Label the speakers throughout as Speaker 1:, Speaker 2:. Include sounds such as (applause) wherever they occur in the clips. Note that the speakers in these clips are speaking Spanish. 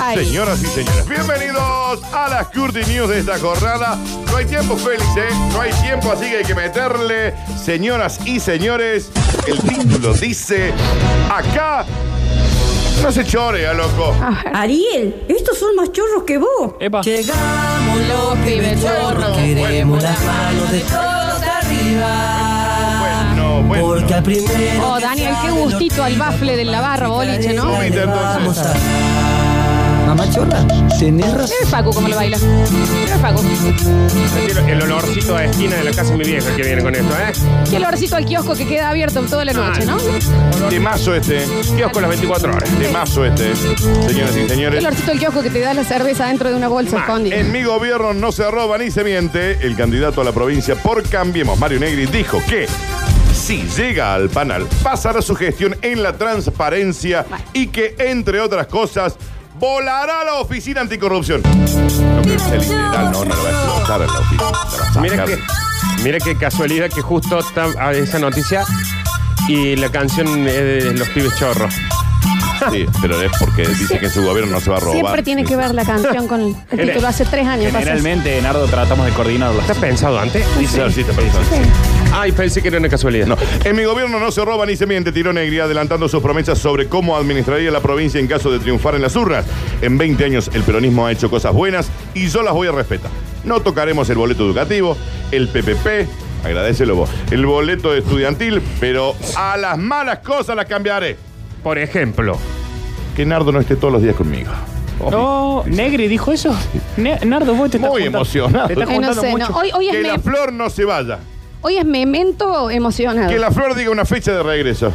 Speaker 1: Ay.
Speaker 2: Señoras y señores, bienvenidos a las Curti News de esta jornada. No hay tiempo, Félix, ¿eh? No hay tiempo, así que hay que meterle. Señoras y señores, el título dice: Acá no se chorea, loco.
Speaker 3: Ariel, estos son más chorros que vos.
Speaker 4: Epa.
Speaker 5: Llegamos los pibes chorros,
Speaker 2: Bueno,
Speaker 5: queremos
Speaker 2: bueno.
Speaker 5: las manos de todos arriba.
Speaker 2: Bueno, bueno.
Speaker 5: Porque al primero.
Speaker 4: Oh,
Speaker 5: que
Speaker 4: Daniel, qué
Speaker 5: sale
Speaker 4: gustito al baffle de la barra, boliche, ¿no?
Speaker 5: nos-
Speaker 2: Vomita, entonces.
Speaker 5: Vamos a. Mamá Chola, tenés razón.
Speaker 4: Mira el Facu cómo lo baila. Mira el Facu.
Speaker 6: El olorcito a esquina de la casa de mi vieja que viene con esto, ¿eh?
Speaker 4: Qué olorcito al kiosco que queda abierto toda la noche, ¿no?
Speaker 2: Temazo este.
Speaker 6: Kiosco las 24 horas.
Speaker 2: Temazo este. Señoras y
Speaker 4: Qué
Speaker 2: señores.
Speaker 4: olorcito al kiosco que te da la cerveza dentro de una bolsa escondida.
Speaker 2: En mi gobierno no se roba ni se miente. El candidato a la provincia por Cambiemos, Mario Negri, dijo que si llega al panel, pasará su gestión en la transparencia y que, entre otras cosas, volará la oficina anticorrupción. No, pero el liberal no, no lo va a explotar a la oficina. la va a
Speaker 6: Mira
Speaker 2: sacar.
Speaker 6: que, mira qué casualidad que justo está ah, esa noticia y la canción es de los pibes chorros.
Speaker 2: Sí, pero es porque dice que su gobierno no se va a robar.
Speaker 4: Siempre tiene que ver la canción con
Speaker 2: (laughs)
Speaker 4: el título. Hace tres años Eh, pasa eso.
Speaker 7: Generalmente, Nardo, tratamos de coordinarlo.
Speaker 6: ¿Estás pensado antes?
Speaker 2: Dice, sí, te parece.
Speaker 6: Ay, pensé que era una casualidad.
Speaker 2: No. En mi gobierno no se roba ni se miente, tiró Negri, adelantando sus promesas sobre cómo administraría la provincia en caso de triunfar en las urnas. En 20 años el peronismo ha hecho cosas buenas y yo las voy a respetar. No tocaremos el boleto educativo, el PPP, agradecelo vos, el boleto estudiantil, pero a las malas cosas las cambiaré.
Speaker 6: Por ejemplo.
Speaker 2: Que Nardo no esté todos los días conmigo.
Speaker 7: No, Negri dijo eso. Ne- Nardo, vos te estás
Speaker 2: Muy
Speaker 7: juntando-
Speaker 2: emocionado.
Speaker 7: Te estás
Speaker 4: Eh, no
Speaker 7: juntando
Speaker 4: sé,
Speaker 7: mucho.
Speaker 4: no. Hoy, hoy, es
Speaker 2: Que
Speaker 4: me-
Speaker 2: la flor no se vaya.
Speaker 4: hoy es memento emocionado.
Speaker 2: Que la flor diga una fecha de regreso.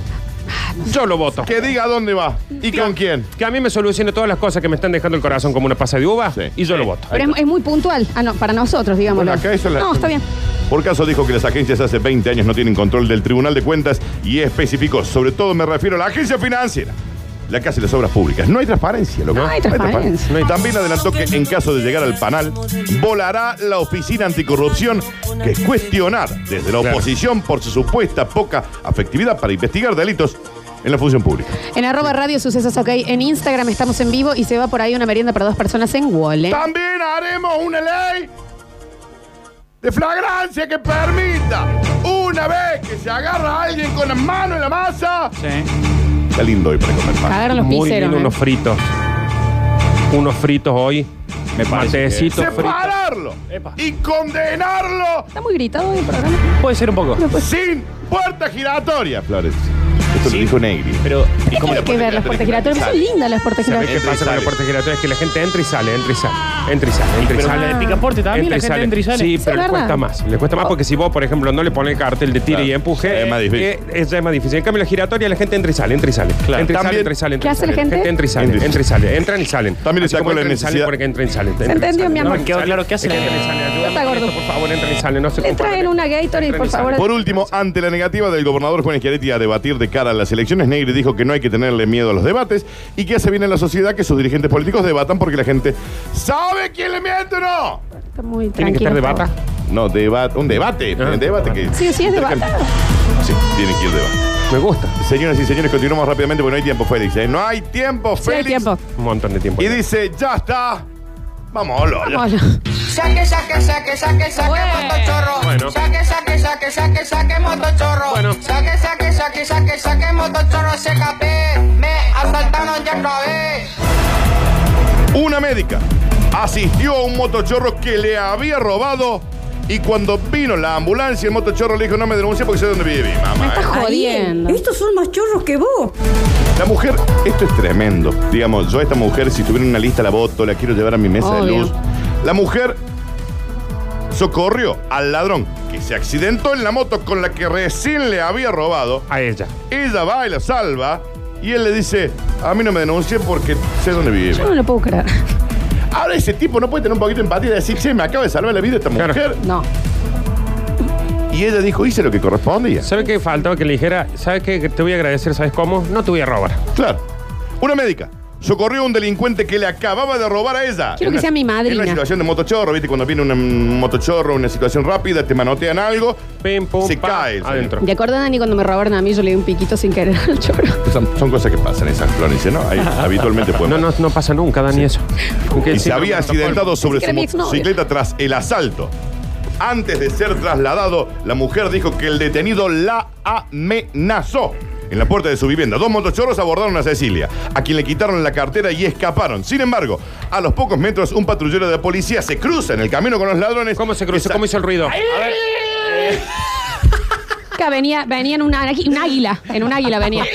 Speaker 6: Yo lo voto.
Speaker 2: Que diga dónde va y con quién.
Speaker 6: Que a mí me solucione todas las cosas que me están dejando el corazón como una pasa de uva
Speaker 2: Sí.
Speaker 6: y yo lo voto.
Speaker 4: Pero es, es muy puntual ah, no, para nosotros, digámoslo.
Speaker 2: Bueno, acá eso la-
Speaker 4: No, está bien.
Speaker 2: Por caso dijo que las agencias hace 20 años no tienen control del Tribunal de Cuentas y especificó, sobre todo me refiero a la agencia financiera, la Casa de las Obras Públicas. No hay transparencia, loco.
Speaker 4: No hay transparencia.
Speaker 2: No hay- También adelantó que en caso de llegar al panal, volará la oficina anticorrupción, que es cuestionar desde la
Speaker 6: Claro.
Speaker 2: oposición por su supuesta poca afectividad para investigar delitos en la función pública.
Speaker 4: En arroba radio sucesos, ok. En Instagram estamos en vivo y se va por ahí una merienda para dos personas en Wall. ¿eh?
Speaker 2: También haremos una ley de flagrancia que permita una vez que se agarra a alguien con la mano en la masa.
Speaker 7: Sí.
Speaker 2: Está lindo hoy para comer pan.
Speaker 4: Cagaron los
Speaker 6: Muy bien,
Speaker 4: pizzeros. ¿eh?
Speaker 6: unos fritos. Unos fritos hoy.
Speaker 7: Me parece que-
Speaker 6: Matecitos fritos.
Speaker 2: Separarlo y condenarlo
Speaker 4: Está muy gritado hoy el programa.
Speaker 7: Puede ser un poco.
Speaker 2: sin puerta giratoria, Flores. Esto lo dijo Negri.
Speaker 7: Pero, ¿y cómo
Speaker 4: Hay
Speaker 7: la
Speaker 4: que ver las puertas giratorias. Son lindas las puertas
Speaker 6: ¿Sabés qué
Speaker 4: giratorias.
Speaker 2: Entra y
Speaker 6: pasa con
Speaker 2: sale.
Speaker 6: la puerta giratoria? Es que la gente entra y sale, entra y sale. Entra y sale, entra y
Speaker 7: Pero
Speaker 6: sale.
Speaker 7: la de picaporte también, la gente entra y sale.
Speaker 6: Sí,
Speaker 4: Sí,
Speaker 6: pero le
Speaker 4: ¿verdad?
Speaker 6: cuesta más. Le
Speaker 7: Ah.
Speaker 6: cuesta más porque si vos, por ejemplo, no le pones el cartel de tire
Speaker 2: Claro.
Speaker 6: y empuje,
Speaker 2: Es más difícil.
Speaker 6: eh, es, ya es más difícil. En cambio, la giratoria, la gente entra y sale, entra y sale.
Speaker 2: Claro.
Speaker 6: Entra y sale,
Speaker 2: También-
Speaker 6: entra y sale.
Speaker 4: ¿Qué
Speaker 6: entra y
Speaker 4: hace la
Speaker 6: sale.
Speaker 4: gente?
Speaker 6: Entra y sale,
Speaker 2: Entra y
Speaker 6: entra y sale. Entran y salen.
Speaker 2: También le
Speaker 6: Así
Speaker 2: sacó
Speaker 6: como
Speaker 2: la
Speaker 6: entran y salen,
Speaker 2: necesidad-
Speaker 6: Porque entran y salen. entran y
Speaker 4: entendió,
Speaker 6: salen.
Speaker 4: mi
Speaker 6: No,
Speaker 4: amor?
Speaker 6: me
Speaker 7: quedó claro que hace la-
Speaker 6: Entran y salen. Ayúdame
Speaker 4: Está
Speaker 6: con
Speaker 4: gordo.
Speaker 6: esto, Por favor, entran y salen. No se
Speaker 4: Le
Speaker 6: comparan.
Speaker 4: traen una Gatorade,
Speaker 6: Entran y
Speaker 4: por
Speaker 6: salen.
Speaker 4: favor.
Speaker 2: Por último, ante la negativa del gobernador Juan Schiaretti a debatir de cara a las elecciones, Negri dijo que no hay que tenerle miedo a los debates y que hace bien a la sociedad que sus dirigentes políticos debatan porque la gente sabe quién le miente o no.
Speaker 4: Está muy
Speaker 6: Tienen que
Speaker 4: tranquilo.
Speaker 6: estar de
Speaker 4: por
Speaker 6: bata.
Speaker 4: favor.
Speaker 2: No, debate, un debate, un debate que...
Speaker 4: Sí, sí, es de bata.
Speaker 2: Sí, tiene que ir debate.
Speaker 6: Me gusta.
Speaker 2: Señoras y señores, continuamos rápidamente porque no hay tiempo, Félix. ¿eh? No hay tiempo,
Speaker 4: Sí, hay
Speaker 2: Félix.
Speaker 4: tiempo.
Speaker 6: Un montón de tiempo.
Speaker 2: Y dice, ya está. Vamos, Lola.
Speaker 4: Hola.
Speaker 8: Saque, saque, saque, saque, saque,
Speaker 4: Bueno.
Speaker 8: motochorro.
Speaker 6: Bueno.
Speaker 8: Saque, saque, saque, saque, saque, motochorro.
Speaker 6: Bueno.
Speaker 8: Saque, saque, saque, saque, saque, motochorro. Se capé, me asaltaron ya otra vez.
Speaker 2: Una médica asistió a un motochorro que le había robado y cuando vino la ambulancia, el motochorro le dijo, no me denuncie porque sé dónde vive mi mamá. ¿eh".
Speaker 4: Jodiendo.
Speaker 3: Ariel, estos son más chorros que vos.
Speaker 2: La mujer, esto es tremendo. Digamos, yo a esta mujer, si tuviera una lista, la voto, la quiero llevar a mi mesa de
Speaker 4: Obvio.
Speaker 2: luz. La mujer socorrió al ladrón que se accidentó en la moto con la que recién le había robado.
Speaker 6: A ella.
Speaker 2: Ella va y la salva. Y él le dice, a mí no me denuncie porque sé dónde vive.
Speaker 4: Yo no lo puedo creer.
Speaker 2: Ahora ese tipo no puede tener un poquito de empatía y decir, che, me acaba de salvar la vida esta mujer.
Speaker 6: Claro.
Speaker 4: No.
Speaker 2: Y ella dijo, hice lo que correspondía.
Speaker 6: ¿Sabe qué faltaba que le dijera? ¿Sabes qué? Te voy a agradecer, ¿sabes cómo? No te voy a robar.
Speaker 2: Claro. Una médica socorrió a un delincuente que le acababa de robar a ella.
Speaker 4: Quiero que
Speaker 2: En una-
Speaker 4: sea mi
Speaker 2: En
Speaker 4: madrina.
Speaker 2: una situación de motochorro, ¿viste? Cuando viene una, un motochorro, una situación rápida, te manotean algo.
Speaker 6: Pim, pum,
Speaker 2: Se
Speaker 6: pa,
Speaker 2: cae el señor.
Speaker 6: Adentro.
Speaker 4: ¿Te acordás, Dani, cuando me robaron a mí, yo le di un piquito sin querer al choro?
Speaker 2: Son, son cosas que pasan esas, Florencia, ¿no?
Speaker 6: (laughs)
Speaker 2: Ahí, habitualmente pueden
Speaker 6: No,
Speaker 2: pasar.
Speaker 6: no, no pasa nunca, Dani, eso. Porque
Speaker 2: y se
Speaker 6: siempre
Speaker 2: había
Speaker 6: me topo-
Speaker 2: accidentado sobre
Speaker 4: que
Speaker 2: su
Speaker 4: era mi exnovio.
Speaker 2: motocicleta tras el asalto. Antes de ser trasladado, la mujer dijo que el detenido la amenazó. En la puerta de su vivienda, dos motochorros abordaron a Cecilia, a quien le quitaron la cartera y escaparon. Sin embargo, a los pocos metros, un patrullero de policía se cruza en el camino con los ladrones.
Speaker 6: ¿Cómo se cruzó?
Speaker 2: Esa-
Speaker 6: ¿Cómo hizo el ruido? A ver.
Speaker 4: Acá venía, venía en una, un águila. En un águila venía.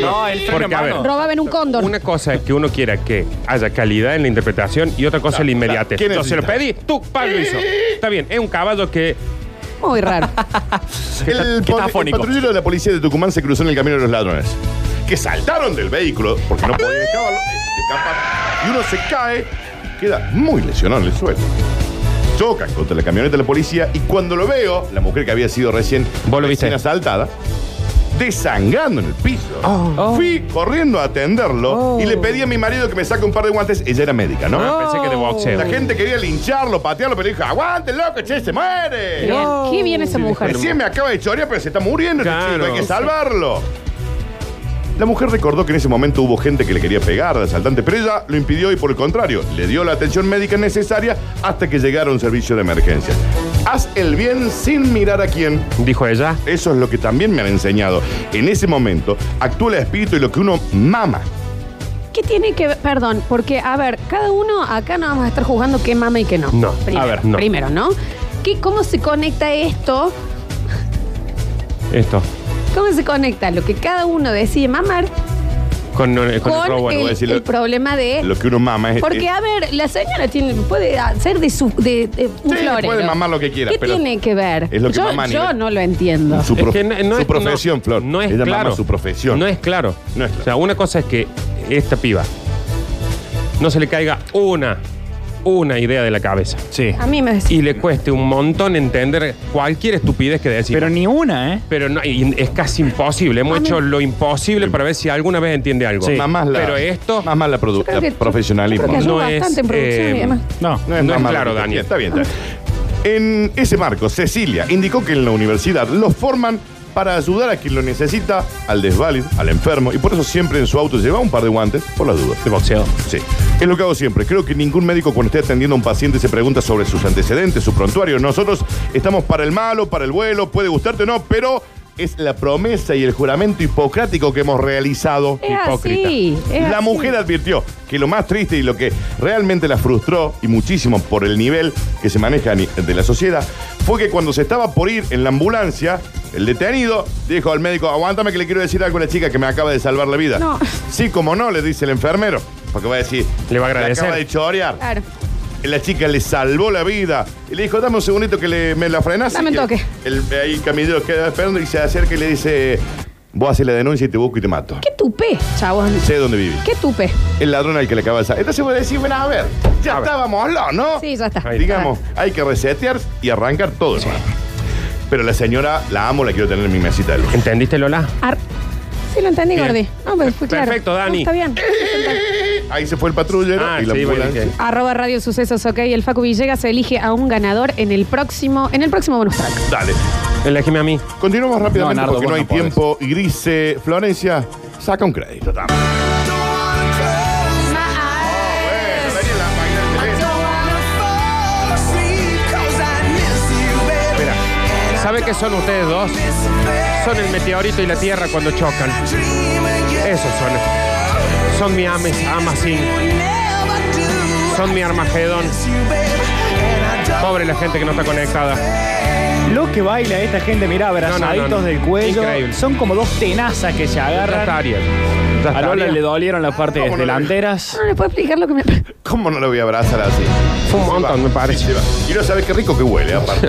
Speaker 7: No, el freno
Speaker 6: Porque, a ver,
Speaker 7: mano.
Speaker 4: Robaba en un cóndor.
Speaker 6: Una cosa es que uno quiera que haya calidad en la interpretación y otra cosa es la inmediatez.
Speaker 2: ¿Qué
Speaker 6: Yo se lo
Speaker 2: necesita?
Speaker 6: pedí, tú, Pablo hizo. Está bien, es un caballo que
Speaker 4: Muy raro.
Speaker 2: El,
Speaker 7: que
Speaker 2: poli-
Speaker 7: está
Speaker 2: el
Speaker 7: afónico.
Speaker 2: patrullero de la policía de Tucumán se cruzó en el camino de los ladrones, que saltaron del vehículo porque no podían escaparlo- escapar. Y uno se cae y queda muy lesionado en el suelo. Choca contra la camioneta de la policía y cuando lo veo, la mujer que había sido recién,
Speaker 6: Vos lo viste.
Speaker 2: recién asaltada, desangrando en el piso.
Speaker 6: Ah.
Speaker 7: Oh.
Speaker 2: Fui corriendo a atenderlo y le pedí a mi marido que me saque un par de guantes. Ella era médica, ¿no?
Speaker 6: Ah, pensé que de boxeo.
Speaker 2: La gente quería lincharlo, patearlo, pero dijo, aguante, loco, che, se muere.
Speaker 4: Bien. Qué bien esa mujer.
Speaker 2: Recién me acaba de chorear, pero se está muriendo este
Speaker 6: Claro.
Speaker 2: chico, hay que salvarlo. La mujer recordó que en ese momento hubo gente que le quería pegar al asaltante, pero ella lo impidió y por el contrario, le dio la atención médica necesaria hasta que llegara un servicio de emergencia. Haz el bien sin mirar a quién.
Speaker 6: dijo ella.
Speaker 2: Eso es lo que también me han enseñado. En ese momento actúa el espíritu y lo que uno mama.
Speaker 4: ¿Qué tiene que ver? Perdón, porque, a ver, cada uno acá no vamos a estar jugando qué mama y qué no.
Speaker 6: No,
Speaker 4: Primero,
Speaker 6: a ver, no.
Speaker 4: Primero, ¿no? ¿Qué, ¿Cómo se conecta esto?
Speaker 6: Esto.
Speaker 4: ¿Cómo se conecta lo que cada uno decide mamar
Speaker 6: Con, eh, con
Speaker 4: con,
Speaker 6: el robo,
Speaker 4: el,
Speaker 6: no voy a
Speaker 2: decirlo.
Speaker 4: el problema de...
Speaker 2: Lo que uno mama es...
Speaker 4: Eh, Porque, a ver, la señora tiene, puede hacer de su. de, de un
Speaker 2: Sí,
Speaker 4: florero.
Speaker 2: puede mamar lo que quiera,
Speaker 4: ¿Qué
Speaker 2: pero
Speaker 4: tiene que ver?
Speaker 2: es lo que
Speaker 4: yo,
Speaker 2: mamá a
Speaker 4: yo
Speaker 2: nivel-
Speaker 4: no lo entiendo.
Speaker 2: Su,
Speaker 6: Es
Speaker 2: prof-
Speaker 6: que no- no
Speaker 2: su
Speaker 6: es-
Speaker 2: profesión,
Speaker 6: no,
Speaker 2: Flor.
Speaker 6: No es
Speaker 2: Ella
Speaker 6: claro.
Speaker 2: mama su profesión.
Speaker 6: No es claro.
Speaker 2: No es claro.
Speaker 6: O sea, una cosa es que esta piba no se le caiga una, una idea de la cabeza.
Speaker 7: Sí.
Speaker 4: A mí me.
Speaker 6: Y le cueste un montón entender cualquier estupidez que decimos.
Speaker 7: Pero ni una, ¿eh?
Speaker 6: Pero no, y es casi imposible. Hemos
Speaker 4: A mí-
Speaker 6: hecho lo imposible para ver si alguna vez entiende algo.
Speaker 7: Sí.
Speaker 2: Mamás la,
Speaker 6: Pero esto
Speaker 2: Mamás la, produ-
Speaker 4: yo creo
Speaker 2: la
Speaker 4: que-
Speaker 2: profesionalismo.
Speaker 4: yo creo que
Speaker 6: No
Speaker 4: ayuda
Speaker 6: es,
Speaker 4: bastante en producción
Speaker 6: eh,
Speaker 4: y demás.
Speaker 7: No.
Speaker 6: No es
Speaker 2: mamá,
Speaker 6: claro,
Speaker 2: está
Speaker 6: Dani.
Speaker 2: bien, Está bien, está bien. En ese marco, Cecilia indicó que en la universidad los forman para ayudar a quien lo necesita, al desválido, al enfermo, y por eso siempre en su auto lleva un par de guantes, por las dudas.
Speaker 6: de boxeo.
Speaker 2: Sí, es lo que hago siempre. Creo que ningún médico cuando esté atendiendo a un paciente se pregunta sobre sus antecedentes, su prontuario. Nosotros estamos para el malo, para el vuelo, puede gustarte o no, pero es la promesa y el juramento hipocrático que hemos realizado.
Speaker 4: Es
Speaker 6: hipócrita.
Speaker 4: así. es
Speaker 2: La
Speaker 4: así.
Speaker 2: mujer advirtió que lo más triste y lo que realmente la frustró, y muchísimo por el nivel que se maneja ni- de la sociedad, fue que cuando se estaba por ir en la ambulancia, el detenido dijo al médico, aguántame que le quiero decir algo a la chica que me acaba de salvar la vida.
Speaker 4: No.
Speaker 2: Sí, como no, le dice el enfermero, porque va a decir,
Speaker 6: Le va a
Speaker 2: "La
Speaker 6: agradecer".
Speaker 2: acaba de chorear.
Speaker 4: Claro.
Speaker 2: La chica le salvó la vida. Y le dijo, dame un segundito que le- me la frenas.
Speaker 4: Dame un toque.
Speaker 2: El, ahí el camillero queda esperando y se acerca y le dice, vos haces la denuncia y te busco y te mato.
Speaker 4: Qué tupé, chavos.
Speaker 2: Sé dónde vivís
Speaker 4: Qué tupé.
Speaker 2: el ladrón al que le acaba de salir. Entonces vos decís, bueno, a ver, ya estábamos lo, ¿no?
Speaker 4: Sí, ya está.
Speaker 6: Ahí
Speaker 2: Digamos, hay que resetear y arrancar todo. de nuevo. Pero la señora, la amo, la quiero tener en mi mesita de luz.
Speaker 6: ¿Entendiste, Lola?
Speaker 4: Ar- Sí, lo entendí,
Speaker 6: Bien.
Speaker 4: Gordi. No, pero fue claro.
Speaker 6: Perfecto, Dani.
Speaker 4: No, está bien.
Speaker 2: Ahí se fue el patrullero
Speaker 6: Ah,
Speaker 2: y la
Speaker 6: sí, bueno,
Speaker 2: ambulancia.
Speaker 6: que-
Speaker 4: Arroba Radio Sucesos, ok. El Facu Villegas elige a un ganador en el próximo, en el próximo bonus track.
Speaker 2: Dale.
Speaker 6: Elegime a mí.
Speaker 2: Continuamos rápidamente
Speaker 7: No, Nardo,
Speaker 2: porque
Speaker 7: vos
Speaker 2: no hay
Speaker 7: no podés.
Speaker 2: tiempo. Y dice, Florencia, saca un crédito. Dame. Bueno, Daniela, bailate, ven.
Speaker 6: Mira, ¿sabe qué son ustedes dos? Son el meteorito y la tierra cuando chocan. Esos son. Son mi ames, amasín. Son mi armagedón. Pobre la gente que no está conectada.
Speaker 7: Lo que baila esta gente, mirá,
Speaker 6: No, no,
Speaker 7: abrazaditos
Speaker 6: no, no.
Speaker 7: del cuello.
Speaker 6: Increíble.
Speaker 7: Son como dos tenazas que se
Speaker 6: Ya está
Speaker 7: agarran.
Speaker 6: Ariel. Ya
Speaker 7: A
Speaker 6: está
Speaker 7: Lola
Speaker 6: Ariel.
Speaker 7: le dolieron las partes
Speaker 2: ¿Cómo no?
Speaker 7: delanteras.
Speaker 4: No le puedo explicar lo que me.
Speaker 2: ¿Cómo no lo voy a abrazar así?
Speaker 6: Fue un
Speaker 2: Se
Speaker 6: montón,
Speaker 2: va.
Speaker 6: me parece.
Speaker 2: Sí, se va. y no sabes qué rico que huele, aparte.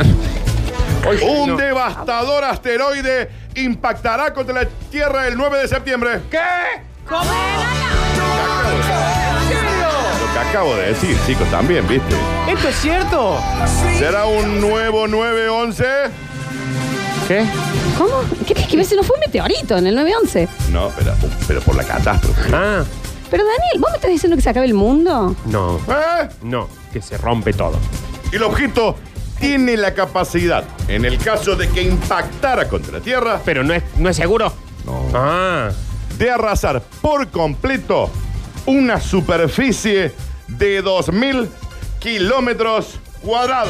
Speaker 6: Hoy-
Speaker 2: Un
Speaker 6: no.
Speaker 2: devastador asteroide impactará contra la Tierra el 9 de septiembre. ¿Qué? Lo que acabo de decir, chicos, también, ¿viste?
Speaker 7: ¿Esto es cierto?
Speaker 2: ¿Será un nuevo 911?
Speaker 6: ¿Qué?
Speaker 4: ¿Cómo? ¿Qué tiene que ver si no fue un meteorito en el 911?
Speaker 2: No, pero, pero por la catástrofe.
Speaker 6: Ah,
Speaker 4: Pero Daniel, ¿vos me estás diciendo que se acabe el mundo?
Speaker 6: No,
Speaker 2: ¿Eh?
Speaker 6: no, que se rompe todo.
Speaker 2: El objeto tiene la capacidad, en el caso de que impactara contra la Tierra,
Speaker 6: Pero no es, no es seguro.
Speaker 2: No.
Speaker 6: Ah,
Speaker 2: de arrasar por completo una superficie de 2.000 kilómetros cuadrados.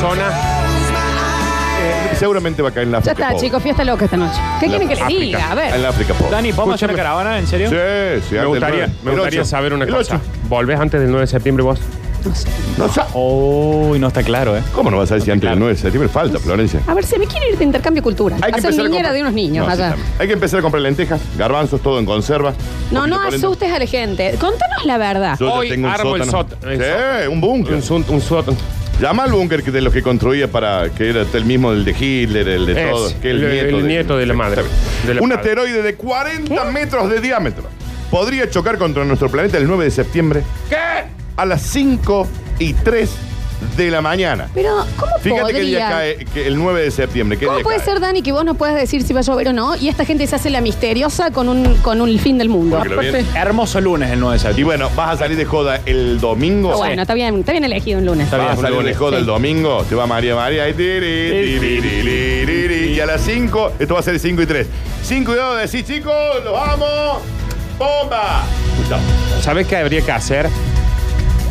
Speaker 6: zona.
Speaker 2: Seguramente va a caer en la
Speaker 4: Ya
Speaker 2: África.
Speaker 4: está,
Speaker 2: pobre.
Speaker 4: chicos, fiesta loca esta noche. ¿Qué
Speaker 2: En la
Speaker 4: quieren que les
Speaker 2: África,
Speaker 4: diga? A ver.
Speaker 2: En la África pobre.
Speaker 7: Dani, ¿podemos hacer una caravana? ¿En serio?
Speaker 2: Sí, sí, antes
Speaker 6: Me
Speaker 2: del
Speaker 6: gustaría,
Speaker 2: nueve.
Speaker 6: me
Speaker 2: El
Speaker 6: gustaría
Speaker 2: ocho.
Speaker 6: saber una
Speaker 2: El
Speaker 6: cosa.
Speaker 2: ocho.
Speaker 6: ¿Volvés antes del 9 de septiembre vos?
Speaker 2: No sa-
Speaker 7: Uy, no está claro, ¿eh?
Speaker 2: ¿Cómo no vas a decir antes del 9 de septiembre? Falta, Florencia.
Speaker 4: A ver, se me quiere ir de intercambio cultural. Hacer
Speaker 2: a
Speaker 4: niñera
Speaker 2: comprar-
Speaker 4: de unos niños
Speaker 2: No, sí,
Speaker 4: allá.
Speaker 2: también. hay que empezar a comprar lentejas, garbanzos, todo en conserva.
Speaker 4: No, no
Speaker 2: Poquito polenta.
Speaker 4: asustes a la gente. Contanos la verdad.
Speaker 2: Yo ya
Speaker 6: Hoy
Speaker 2: tengo un
Speaker 6: armo el
Speaker 2: sótano.
Speaker 6: sótano. El
Speaker 2: Sí, un búnker.
Speaker 6: Un suot, un suot.
Speaker 2: Llama al búnker que de los que construía para que era el mismo del de Hitler, el de
Speaker 6: Ese,
Speaker 2: todos, que
Speaker 6: el- el nieto de la
Speaker 2: Está
Speaker 6: madre,
Speaker 2: bien.
Speaker 6: de la
Speaker 2: un
Speaker 6: padre.
Speaker 2: asteroide de 40 metros de diámetro podría chocar contra nuestro planeta el 9 de septiembre
Speaker 6: ¿Qué?
Speaker 2: a las 5 y 3 de la mañana.
Speaker 4: Pero, ¿cómo
Speaker 2: Fíjate qué día
Speaker 4: podría?
Speaker 2: cae que el 9 de septiembre. ¿qué
Speaker 4: ¿Cómo
Speaker 2: día
Speaker 4: puede
Speaker 2: cae?
Speaker 4: ser, Dani, que vos no puedas decir si va a llover o no? Y esta gente se hace la misteriosa con un, con un fin del mundo.
Speaker 2: Porque lo vi en-
Speaker 7: Aparte, hermoso lunes el 9
Speaker 2: Y
Speaker 7: de septiembre.
Speaker 2: bueno, vas a salir de joda el domingo.
Speaker 4: Pero Ah, bueno, está bien, está bien elegido un lunes.
Speaker 7: Está bien,
Speaker 2: Vas a
Speaker 7: un
Speaker 2: salir de
Speaker 7: lunes,
Speaker 2: joda
Speaker 4: sí.
Speaker 2: el domingo, te va María María y tiri, tiri, tiri, tiri, y a las 5, esto va a ser 5 y 3. 5 y 2 decís, chicos, nos vamos. ¡Bomba! Chao.
Speaker 6: ¿Sabés qué habría que hacer?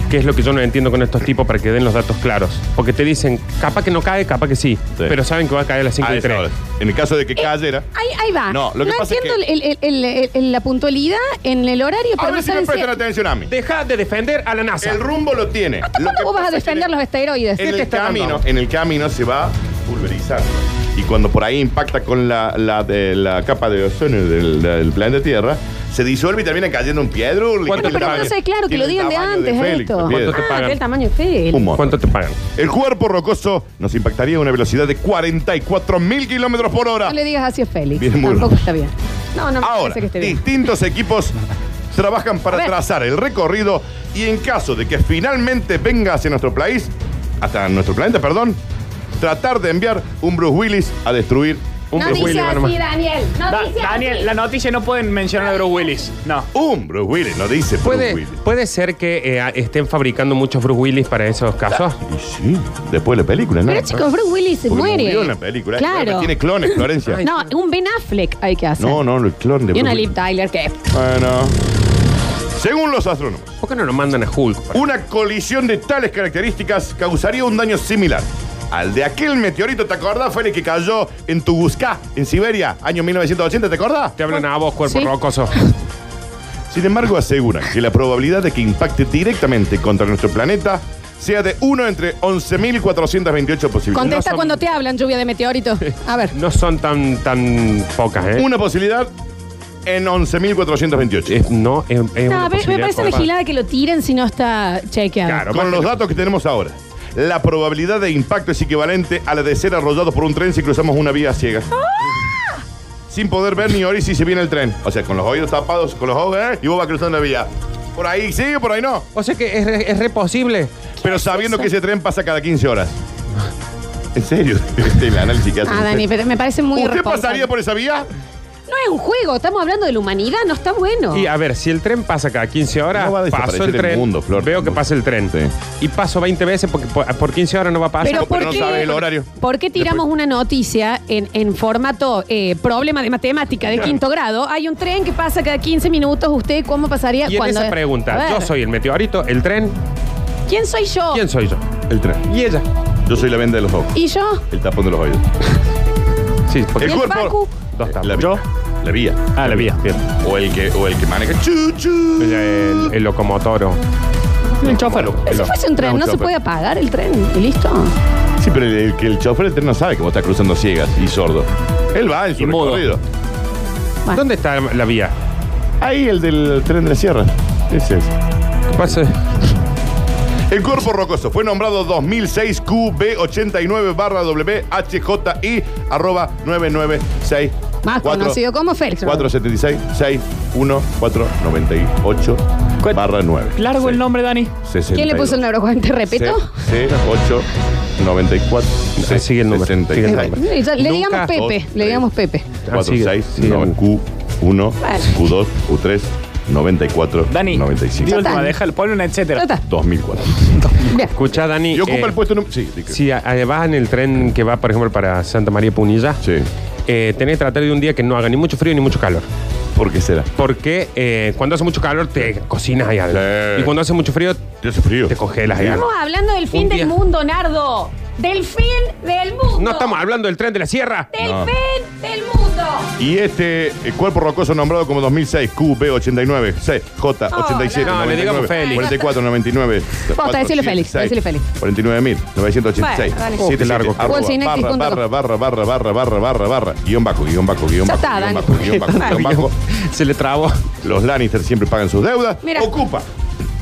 Speaker 6: ¿Qué es lo que yo no entiendo con estos tipos para que den los datos claros? Porque te dicen, capaz que no cae, capaz que sí. Pero saben que va a caer a las 5
Speaker 2: A
Speaker 6: y
Speaker 2: esa
Speaker 6: 3.
Speaker 2: hora. En el caso de
Speaker 4: Eh,
Speaker 2: que cayera.
Speaker 4: Ahí, ahí va.
Speaker 2: No, lo que pasa es
Speaker 4: entiendo
Speaker 2: que-
Speaker 4: el- el- el- el- la puntualidad en el horario,
Speaker 2: A
Speaker 4: pero
Speaker 2: ver
Speaker 4: no
Speaker 2: si me
Speaker 4: saben si...
Speaker 2: prestan atención a mí.
Speaker 6: Deja de defender a la NASA.
Speaker 2: El rumbo lo tiene. Lo
Speaker 4: ¿Cuándo
Speaker 2: que
Speaker 4: vos vas a
Speaker 2: pasa es que en
Speaker 4: defender los esteroides?
Speaker 2: En
Speaker 6: te
Speaker 2: el,
Speaker 6: está
Speaker 2: camino,
Speaker 6: dando?
Speaker 2: en el camino se va pulverizando. Y cuando por ahí impacta con la, la, de, la capa de ozono del, del planeta Tierra, se disuelve y termina cayendo un piedro.
Speaker 6: ¿Cuánto
Speaker 4: No, pero
Speaker 6: tamaño?
Speaker 4: no sé, claro, que lo
Speaker 2: Tiene el
Speaker 4: digan de
Speaker 2: tamaño
Speaker 4: antes
Speaker 2: Félix,
Speaker 4: esto.
Speaker 2: la piedra.
Speaker 6: ¿Cuánto te
Speaker 4: Ah,
Speaker 6: pagan?
Speaker 4: que el tamaño es Félix.
Speaker 2: Un montón.
Speaker 6: ¿Cuánto te pagan?
Speaker 2: El cuerpo rocoso nos impactaría a una velocidad de 44 mil kilómetros por hora.
Speaker 4: No le digas así a Félix.
Speaker 2: Viene muy
Speaker 4: Tampoco
Speaker 2: loco.
Speaker 4: está bien. No, no me
Speaker 2: Ahora,
Speaker 4: parece que esté bien. (laughs)
Speaker 2: distintos equipos trabajan
Speaker 4: A
Speaker 2: para
Speaker 4: ver.
Speaker 2: trazar el recorrido y en caso de que finalmente venga hacia nuestro país, hasta nuestro planeta, perdón, tratar de enviar un Bruce Willis a destruir
Speaker 6: Un
Speaker 4: no
Speaker 6: Bruce
Speaker 4: dice
Speaker 6: Willis,
Speaker 4: así,
Speaker 6: hermano.
Speaker 4: Daniel. No
Speaker 7: Da-
Speaker 4: dice así.
Speaker 7: Daniel, la noticia no pueden mencionar a Bruce Willis. No.
Speaker 2: un Bruce Willis, no dice Bruce
Speaker 6: ¿Puede,
Speaker 2: Willis.
Speaker 6: puede ser que eh, a- estén fabricando muchos Bruce Willis para esos casos.
Speaker 2: Ah, Y sí, después de la película, ¿no?
Speaker 4: Pero chicos, Bruce Willis se
Speaker 2: Porque
Speaker 4: muere.
Speaker 2: murió en la película.
Speaker 4: Claro.
Speaker 2: Tiene clones, Florencia.
Speaker 4: No, un Ben Affleck hay que hacer.
Speaker 2: no, no, el clon de
Speaker 4: Y
Speaker 2: Bruce
Speaker 4: una
Speaker 2: Willis.
Speaker 4: Liv Tyler que.
Speaker 2: Bueno. Según los astrónomos,
Speaker 6: ¿Por qué no nos mandan a Hulk?
Speaker 2: Una colisión de tales características causaría un daño similar al de aquel meteorito, ¿te acordás? Fue el que cayó en Tunguska, en Siberia, año 1980, ¿te acordás?
Speaker 6: Te hablan a vos, cuerpo
Speaker 4: Sí.
Speaker 6: rocoso.
Speaker 2: Sin embargo, aseguran que la probabilidad de que impacte directamente contra nuestro planeta sea de 1 entre 11.428 posibilidades.
Speaker 4: Contesta
Speaker 6: son-
Speaker 4: cuando te hablan, lluvia de meteoritos. A ver.
Speaker 6: No son tan, tan pocas, ¿eh?
Speaker 2: Una posibilidad en 11.428.
Speaker 6: Es- no, es, es una
Speaker 4: No, me- me
Speaker 6: posibilidad,
Speaker 4: parece
Speaker 6: compa.
Speaker 4: vigilada que lo tiren si no está chequeado.
Speaker 6: Claro.
Speaker 2: Ah, Con los datos que tenemos ahora, la probabilidad de impacto es equivalente a la de ser arrollados por un tren si cruzamos una vía ciega.
Speaker 4: ¡Ah!
Speaker 2: Sin poder ver ni oír si se viene el tren. O sea, con los oídos tapados, con los ojos, ¿eh? y vos vas cruzando la vía. Por ahí sí, por ahí no.
Speaker 6: O sea que es, re- es re posible.
Speaker 2: Pero sabiendo que ese tren pasa cada 15 horas. En serio, (laughs) este es el análisis que hace.
Speaker 4: Ah, Dani, pero me parece muy
Speaker 2: ¿Usted pasaría
Speaker 4: irresponsable.
Speaker 2: por esa vía?
Speaker 4: No es un juego, estamos hablando de la humanidad, no está bueno.
Speaker 6: Y a ver, si el tren pasa cada 15 horas,
Speaker 2: No va a
Speaker 6: paso
Speaker 2: desaparecer
Speaker 6: el
Speaker 2: el
Speaker 6: tren.
Speaker 2: mundo, Flor.
Speaker 6: Veo que pasa el tren.
Speaker 2: Sí.
Speaker 6: Y paso 20 veces porque por, por 15 horas no va a pasar.
Speaker 4: Pero
Speaker 2: porque
Speaker 4: ¿por
Speaker 2: no
Speaker 4: qué,
Speaker 2: sabe el horario.
Speaker 4: ¿por qué tiramos una noticia en, en formato eh, problema de matemática de quinto grado? Hay un tren que pasa cada 15 minutos. ¿Usted cómo pasaría
Speaker 6: y en
Speaker 4: cuando.?
Speaker 6: esa
Speaker 4: A
Speaker 6: pregunta,
Speaker 4: ver,
Speaker 6: yo soy el meteorito, el tren,
Speaker 4: ¿Quién soy yo?
Speaker 6: ¿quién soy yo?
Speaker 2: El tren.
Speaker 6: Y ella.
Speaker 2: Yo soy la venda de los ojos.
Speaker 4: ¿Y yo?
Speaker 2: El tapón de los oídos.
Speaker 6: Sí, porque
Speaker 4: ¿Y el Facu?
Speaker 6: Dos tapas.
Speaker 2: La vía.
Speaker 7: ¿Yo?
Speaker 2: La vía.
Speaker 7: Ah, la vía. Bien.
Speaker 2: O el que, o el que maneja. Chu, chu.
Speaker 6: El, el- el locomotoro.
Speaker 7: El chofer.
Speaker 4: Pero
Speaker 2: No,
Speaker 4: si fuese un
Speaker 2: no,
Speaker 4: tren,
Speaker 2: un
Speaker 4: no se
Speaker 2: chofer.
Speaker 4: puede apagar el tren. ¿Y listo?
Speaker 2: Sí, pero el, el que el chofer del tren no sabe que vos estás cruzando ciegas y sordo. Él va en su
Speaker 6: Y mudo.
Speaker 2: recorrido.
Speaker 4: Bueno.
Speaker 6: ¿Dónde está la vía?
Speaker 2: Ahí el del tren de la sierra. Ese es.
Speaker 6: ¿Qué pasa? Ah,
Speaker 2: El cuerpo rocoso fue nombrado 2006 QB89-WHJI arroba 996.
Speaker 4: Más conocido como Félix.
Speaker 2: 476 61498
Speaker 7: ¿Cuál-
Speaker 2: barra 9.
Speaker 7: Largo el nombre, Dani.
Speaker 4: ¿Quién le puso el neurocuente? ¿Repeto?
Speaker 2: C8 94
Speaker 6: Ah, sigue el número, sigue el número.
Speaker 4: Eh, ya- Le
Speaker 6: Nunca,
Speaker 4: digamos Pepe,
Speaker 2: dos, Ah,
Speaker 4: le digamos
Speaker 2: tres.
Speaker 4: Pepe.
Speaker 6: Ah, sigue,
Speaker 2: 4, 6,
Speaker 6: sigue.
Speaker 2: 9, Q1, Q2, Q3, 94,
Speaker 7: Dani,
Speaker 2: 95,
Speaker 7: di
Speaker 4: Ya
Speaker 7: última,
Speaker 4: está.
Speaker 7: déjalo, ponle un
Speaker 4: Ya
Speaker 7: etcétera.
Speaker 4: está.
Speaker 2: 2040.
Speaker 4: Bien.
Speaker 6: Escucha, Dani.
Speaker 2: Y ocupa
Speaker 6: eh,
Speaker 2: el puesto número. Sí, di que-
Speaker 6: Si eh, vas en el tren que va, por ejemplo, para Santa María Punilla,
Speaker 2: Sí.
Speaker 6: eh, tenés que tratar de un día que no haga ni mucho frío ni mucho calor.
Speaker 2: ¿Por qué será?
Speaker 6: Porque eh, cuando hace mucho calor te cocinas ahí algo.
Speaker 2: Sí.
Speaker 6: Y cuando hace mucho frío
Speaker 2: Te hace frío.
Speaker 6: te congelas ahí algo.
Speaker 4: Estamos hablando del fin
Speaker 6: Un
Speaker 4: del
Speaker 6: día.
Speaker 4: mundo, Nardo. Del fin del mundo.
Speaker 6: No estamos hablando del tren de la sierra.
Speaker 4: Del
Speaker 2: No.
Speaker 4: fin del mundo.
Speaker 2: Y este eh, cuerpo rocoso nombrado como 2006, QB89, CJ87,
Speaker 4: Oh, no.
Speaker 6: No, le digamos
Speaker 2: 99,
Speaker 6: Félix.
Speaker 2: 44, 99.
Speaker 4: Posta, decile Félix, decile Félix.
Speaker 2: 49.986.
Speaker 4: Bueno, dale.
Speaker 2: Oh, qué largo. Arroba,
Speaker 4: Bolsa Inexis punto com.
Speaker 2: barra, barra, barra, barra, barra, barra, barra, barra, guión bajo, guión bajo, guión
Speaker 4: Ya
Speaker 2: bajo,
Speaker 4: está,
Speaker 2: guión
Speaker 4: Dani.
Speaker 2: bajo, guión bajo,
Speaker 6: (laughs)
Speaker 2: guión bajo.
Speaker 6: Se le trabó.
Speaker 2: Los Lannister siempre pagan sus deudas.
Speaker 4: Mira.
Speaker 2: Ocupa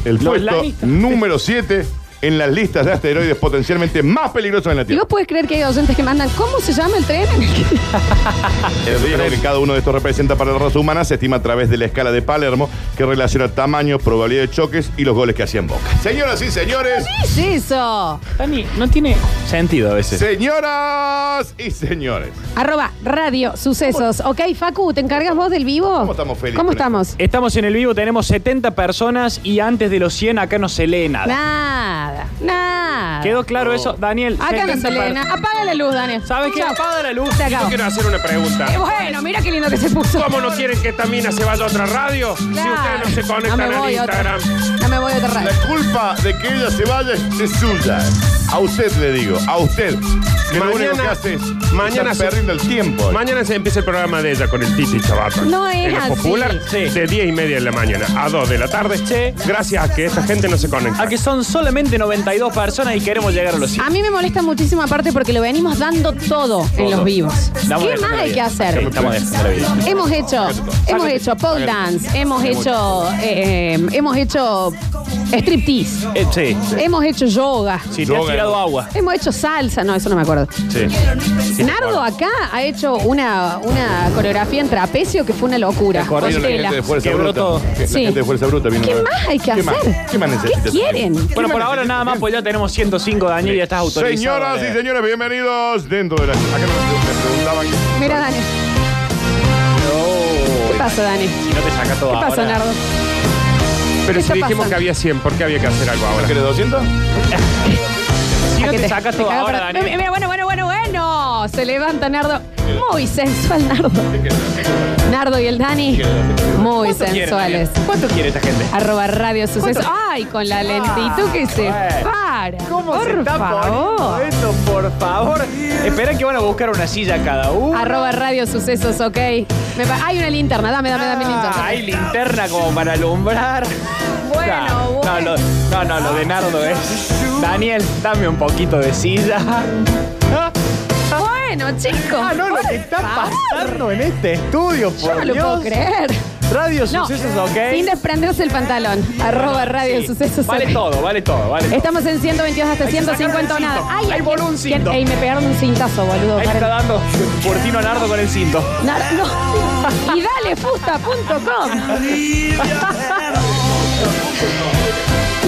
Speaker 2: el
Speaker 7: Los
Speaker 2: puesto
Speaker 7: Lannister.
Speaker 2: número 7 en las listas de asteroides potencialmente más peligrosos en la
Speaker 4: ¿Y
Speaker 2: Tierra.
Speaker 4: vos puedes creer que hay docentes que mandan cómo se llama el tren? (laughs)
Speaker 2: El riesgo que cada uno de estos representa para la raza humana se estima a través de la escala de Palermo, que relaciona tamaño, probabilidad de choques y los goles que hacían Boca. Señoras y señores,
Speaker 4: ¿Qué es eso?
Speaker 7: Dani, no tiene sentido a veces.
Speaker 2: señoras y señores.
Speaker 4: Arroba radio sucesos. Ok, Facu, ¿te encargas vos del vivo?
Speaker 2: ¿Cómo estamos, Félix,
Speaker 4: ¿Cómo
Speaker 2: con
Speaker 4: estamos?
Speaker 7: Estamos en el vivo, tenemos 70 personas y antes de los 100 acá no se lee nada.
Speaker 4: Nada, nada.
Speaker 7: ¿Quedó claro eso, Daniel?
Speaker 4: Acá no
Speaker 7: 70
Speaker 4: se lee
Speaker 7: per-
Speaker 4: nada. Apaga la luz, Daniel.
Speaker 7: ¿Sabes qué?
Speaker 4: Chao.
Speaker 7: Apaga la luz.
Speaker 4: Se acabó.
Speaker 6: Quiero hacer una pregunta.
Speaker 4: Eh, bueno, mira qué lindo que se puso.
Speaker 6: ¿Cómo no quieren que esta mina se vaya a otra radio? Si ustedes no se
Speaker 4: No
Speaker 6: conectan
Speaker 4: me
Speaker 6: al
Speaker 4: voy a otra.
Speaker 6: Instagram.
Speaker 4: No me voy a otra radio.
Speaker 2: La culpa de que ella se vaya es suya. A usted le digo, a usted. Que lo único que hace es
Speaker 6: mañana
Speaker 2: estar
Speaker 6: se-
Speaker 2: perdiendo el tiempo.
Speaker 6: Mañana se empieza el programa de ella con el Titi Chavata.
Speaker 4: No es
Speaker 6: En la
Speaker 4: así.
Speaker 6: popular,
Speaker 7: Sí.
Speaker 6: de 10 y media de la mañana a 2 de la tarde.
Speaker 7: Sí.
Speaker 6: Gracias a que esta gente no se conecta.
Speaker 7: A que son solamente 92 personas y queremos llegar a los 100.
Speaker 4: A mí me molesta muchísimo aparte porque lo venimos dando todo en los vivos.
Speaker 7: Estamos
Speaker 4: Ah, ¿Qué
Speaker 7: dejando
Speaker 4: más
Speaker 7: la
Speaker 4: hay
Speaker 7: vida.
Speaker 4: que
Speaker 7: Sí,
Speaker 4: hacer?
Speaker 7: estamos dejando la vida.
Speaker 4: Hemos hecho, hemos hecho pole dance, hemos hecho, eh, eh, hemos hecho striptease,
Speaker 7: Eh, sí.
Speaker 4: hemos hecho yoga,
Speaker 7: Si te has
Speaker 6: Yoga.
Speaker 7: tirado agua.
Speaker 4: hemos hecho salsa, no, eso no me acuerdo.
Speaker 6: Sí.
Speaker 4: Nardo acá ha hecho una, una coreografía en trapecio que fue una locura.
Speaker 2: Vino
Speaker 4: Con
Speaker 2: la
Speaker 4: tela.
Speaker 2: gente de Fuerza
Speaker 7: Quebró
Speaker 2: Bruta.
Speaker 7: todo.
Speaker 2: La
Speaker 4: Sí.
Speaker 2: gente de Fuerza Bruta vino
Speaker 4: ¿Qué
Speaker 2: una vez.
Speaker 4: más hay que
Speaker 2: ¿Qué más?
Speaker 4: hacer?
Speaker 2: ¿Qué más necesitas?
Speaker 4: quieren?
Speaker 7: Bueno, por ahora nada más, pues ya tenemos 105, Daniel, ya estás autorizado. eh.
Speaker 2: Señoras y señores, bienvenidos dentro de la. Acá me preguntaban.
Speaker 4: Mira, Dani. ¿Qué pasa, Dani? ¿Qué
Speaker 7: Si no te saca todo ahora.
Speaker 4: pasa, Nardo?
Speaker 6: Pero
Speaker 4: está
Speaker 6: si dijimos
Speaker 4: pasando?
Speaker 6: que había 100, ¿por qué había que hacer algo ahora?
Speaker 2: ¿Querés 200?
Speaker 7: Si
Speaker 4: Ah,
Speaker 7: no
Speaker 4: que
Speaker 7: te saca
Speaker 4: te
Speaker 7: todo
Speaker 4: caga
Speaker 7: ahora,
Speaker 4: para-
Speaker 7: Daniel.
Speaker 4: Mira, mira, bueno, bueno, bueno, bueno. Se levanta Nardo. Muy sensual, Nardo. Nardo y el Dani. Muy
Speaker 7: ¿Cuánto quiere, Daniel?
Speaker 4: sensuales.
Speaker 7: ¿Cuánto quiere esta gente?
Speaker 4: Arroba Radio Suceso. Ay, con la lentitud que se
Speaker 7: bueno.
Speaker 4: para.
Speaker 7: ¿Cómo
Speaker 4: Por
Speaker 7: se está poniendo
Speaker 4: favor.
Speaker 7: esto? Por favor. Espera que van a buscar una silla cada uno.
Speaker 4: Arroba Radio Sucesos, ok. Me pa- Hay una linterna, dame, dame, dame
Speaker 7: Ah,
Speaker 4: linterna.
Speaker 7: hay linterna como para alumbrar.
Speaker 4: Bueno,
Speaker 7: no,
Speaker 4: bueno.
Speaker 7: No, lo, no, no, lo de Nardo es. Daniel, dame un poquito de silla.
Speaker 4: Ah, Bueno, chicos.
Speaker 7: Ah, no, lo
Speaker 4: por
Speaker 7: que está
Speaker 4: favor.
Speaker 7: pasando en este estudio, por
Speaker 4: Yo no lo
Speaker 7: Dios.
Speaker 4: puedo creer.
Speaker 7: Radio
Speaker 4: No,
Speaker 7: Sucesos, ¿ok?
Speaker 4: sin desprenderse el pantalón. Arroba Radio
Speaker 7: Sí.
Speaker 4: Sucesos.
Speaker 7: Vale
Speaker 4: ok.
Speaker 7: todo, vale todo, vale todo.
Speaker 4: Estamos en 122 hasta
Speaker 7: Hay que sacarle
Speaker 4: 150 o
Speaker 7: el cinto.
Speaker 4: nada. Ay,
Speaker 7: Ahí
Speaker 4: ay,
Speaker 7: voló un
Speaker 4: ¿quién?
Speaker 7: cinto.
Speaker 4: Ey, me pegaron un cintazo, boludo.
Speaker 7: Ahí le está dando Fortino a Nardo con el cinto.
Speaker 4: Nar- no. Y dale fusta.com.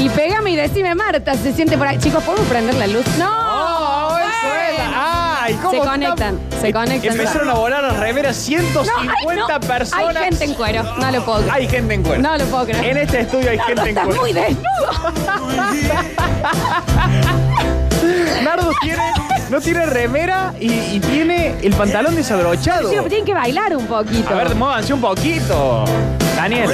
Speaker 4: Y pégame y decime, Marta, se siente por ahí. Chicos, ¿podemos prender la luz? ¡No!
Speaker 7: ¡Oh,
Speaker 4: bueno.
Speaker 7: eso es! ¡Ay, cómo
Speaker 4: Se
Speaker 7: están?
Speaker 4: conectan, se conectan.
Speaker 7: Empezaron a volar las remeras
Speaker 4: No, ay, no.
Speaker 7: 150 personas.
Speaker 4: Hay gente en cuero. No lo puedo creer.
Speaker 7: Hay gente en cuero.
Speaker 4: No lo puedo creer.
Speaker 7: En este estudio hay gente en
Speaker 4: Estás
Speaker 7: cuero.
Speaker 4: muy desnudo.
Speaker 7: Nardo tiene, no tiene remera y, y tiene el pantalón desabrochado.
Speaker 4: Chicos, tienen que bailar un
Speaker 7: A
Speaker 4: poquito.
Speaker 7: ver, muévanse un poquito. Daniel,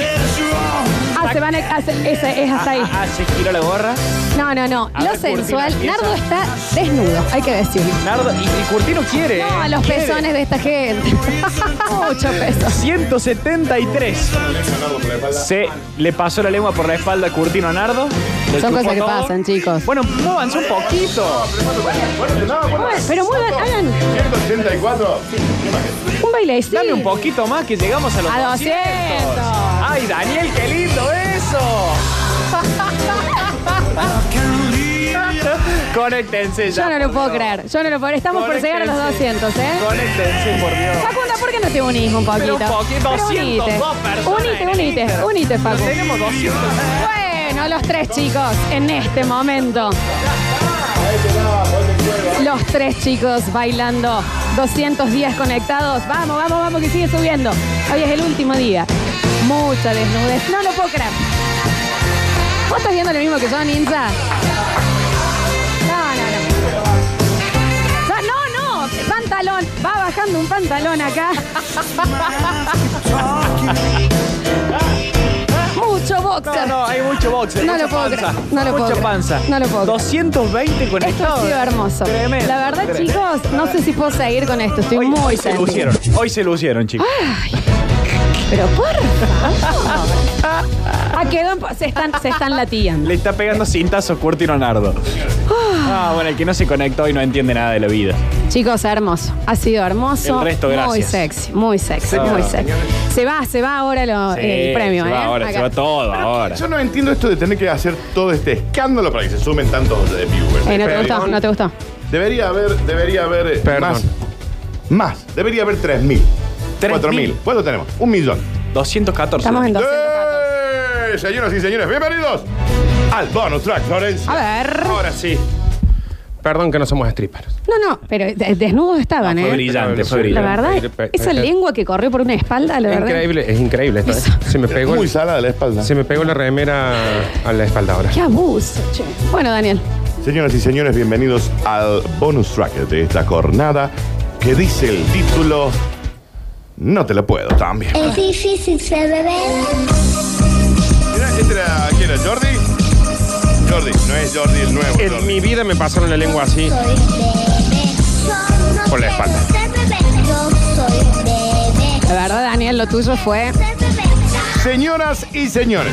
Speaker 4: Ah, se van a- hace- ese- es hasta ahí.
Speaker 7: ah, se giró la gorra.
Speaker 4: No, no, no.
Speaker 7: A
Speaker 4: Lo
Speaker 7: ver,
Speaker 4: sensual.
Speaker 7: Curtino,
Speaker 4: Nardo
Speaker 7: empieza.
Speaker 4: está desnudo, hay que decirlo.
Speaker 7: Nardo, y, y Curtino quiere.
Speaker 4: No, a
Speaker 7: eh,
Speaker 4: los
Speaker 7: quiere.
Speaker 4: pezones de esta gente.
Speaker 7: (laughs)
Speaker 4: Mucho peso.
Speaker 7: 173. Se le pasó la lengua por la espalda a Curtino a Nardo. Le
Speaker 4: Son
Speaker 7: chupó
Speaker 4: cosas que
Speaker 7: todo.
Speaker 4: pasan, chicos.
Speaker 7: Bueno, muévanse un poquito.
Speaker 4: Pero muevan, hagan
Speaker 2: 184.
Speaker 4: un bailecito.
Speaker 7: Dame un poquito más que llegamos a los
Speaker 4: A 200.
Speaker 7: ¡Ay, Daniel, qué lindo
Speaker 4: (laughs)
Speaker 7: eso! Conéctense ya.
Speaker 4: (laughs) Yo no lo
Speaker 7: por
Speaker 4: puedo
Speaker 7: Dios.
Speaker 4: creer. Yo no lo puedo. Estamos por llegar a los 200, ¿eh?
Speaker 7: Conéctense, por Dios.
Speaker 4: Facunda, ¿por qué no te unís un poquito?
Speaker 7: Pero un poquito,
Speaker 4: Pero
Speaker 7: 202
Speaker 4: unite.
Speaker 7: personas
Speaker 4: Unite,
Speaker 7: en el
Speaker 4: unite,
Speaker 7: Instagram.
Speaker 4: unite, Facu.
Speaker 7: Tenemos 200.
Speaker 4: Bueno, los tres chicos, en este momento. Los tres chicos bailando, 210 conectados. Vamos, vamos, vamos, que sigue subiendo. Hoy es el último día. Mucha desnudez. No lo puedo creer. ¿Vos estás viendo lo mismo que yo, Ninja? No, no, no. O sea, no, no. Pantalón. Va bajando un pantalón acá.
Speaker 7: (laughs)
Speaker 4: Mucho
Speaker 7: No,
Speaker 4: boxer.
Speaker 7: no, hay mucho boxer.
Speaker 4: No
Speaker 7: mucha
Speaker 4: lo puedo
Speaker 7: panza,
Speaker 4: creer, no lo puedo
Speaker 7: Mucha
Speaker 4: creer,
Speaker 7: panza.
Speaker 4: no lo puedo creer.
Speaker 7: 220 con
Speaker 4: Esto ha sido hermoso.
Speaker 7: Tremendo.
Speaker 4: La verdad,
Speaker 7: Tremendo.
Speaker 4: chicos, no sé si puedo seguir con esto. Estoy
Speaker 7: Hoy,
Speaker 4: muy
Speaker 7: hoy se
Speaker 4: sentida.
Speaker 7: lucieron. Hoy se lucieron, chicos.
Speaker 4: Pero por favor. Ah, quedó en- se están, se están latillando.
Speaker 7: Le está pegando cintazo Curtino a Nardo. Ah, bueno, el que no se conectó y no entiende nada de la vida.
Speaker 4: Chicos, hermoso. Ha sido hermoso.
Speaker 7: El resto, gracias.
Speaker 4: Muy sexy, muy sexy,
Speaker 7: Señora,
Speaker 4: muy sexy. Se va, se va ahora lo- eh, el premio,
Speaker 7: se
Speaker 4: ¿eh?
Speaker 7: va ahora,
Speaker 4: Acá.
Speaker 7: se va todo ahora.
Speaker 2: Yo no entiendo esto de tener que hacer todo este escándalo para que se sumen tantos de viewers.
Speaker 4: Eh, no te
Speaker 2: Perdón.
Speaker 4: gustó, no te gustó.
Speaker 2: Debería haber, debería haber eh,
Speaker 6: Perdón.
Speaker 2: más. Más. Debería haber 3.000.
Speaker 7: ¿Tres
Speaker 2: 4.000.
Speaker 7: mil?
Speaker 2: ¿Cuánto tenemos? Un millón.
Speaker 7: 214.
Speaker 4: Estamos en 200.
Speaker 2: ¡Eh! Señoras y señores, bienvenidos al bonus track, Florencia.
Speaker 4: A ver.
Speaker 6: Ahora sí. Perdón que no somos strippers.
Speaker 4: No, no, pero de- desnudos estaban,
Speaker 7: Fue
Speaker 4: ¿eh?
Speaker 7: brillante, fue
Speaker 4: La
Speaker 7: brillante.
Speaker 4: verdad, esa lengua que corrió por una espalda, la
Speaker 6: Es
Speaker 4: verdad.
Speaker 6: increíble, es increíble. esto, ¿eh? Se me pegó,
Speaker 2: Muy
Speaker 6: el-
Speaker 2: salada la espalda.
Speaker 6: se me pegó la remera a la espalda ahora.
Speaker 4: Qué abuso, che. Bueno, Daniel.
Speaker 2: Señoras y señores, bienvenidos al bonus track de esta jornada que dice el título No te lo puedo
Speaker 4: Eh,
Speaker 2: también.
Speaker 1: Es difícil saber.
Speaker 2: ¿Este era, ¿Quién era? ¿Jordi? Jordi, no es Jordi el nuevo.
Speaker 6: En mi vida me pasaron la lengua así.
Speaker 1: Soy bebé. Yo no
Speaker 6: Por la
Speaker 1: quiero
Speaker 6: espalda.
Speaker 1: ser bebé. Yo soy bebé.
Speaker 4: La verdad, Daniel, lo tuyo fue.
Speaker 1: Ser bebé.
Speaker 2: Señoras y señores,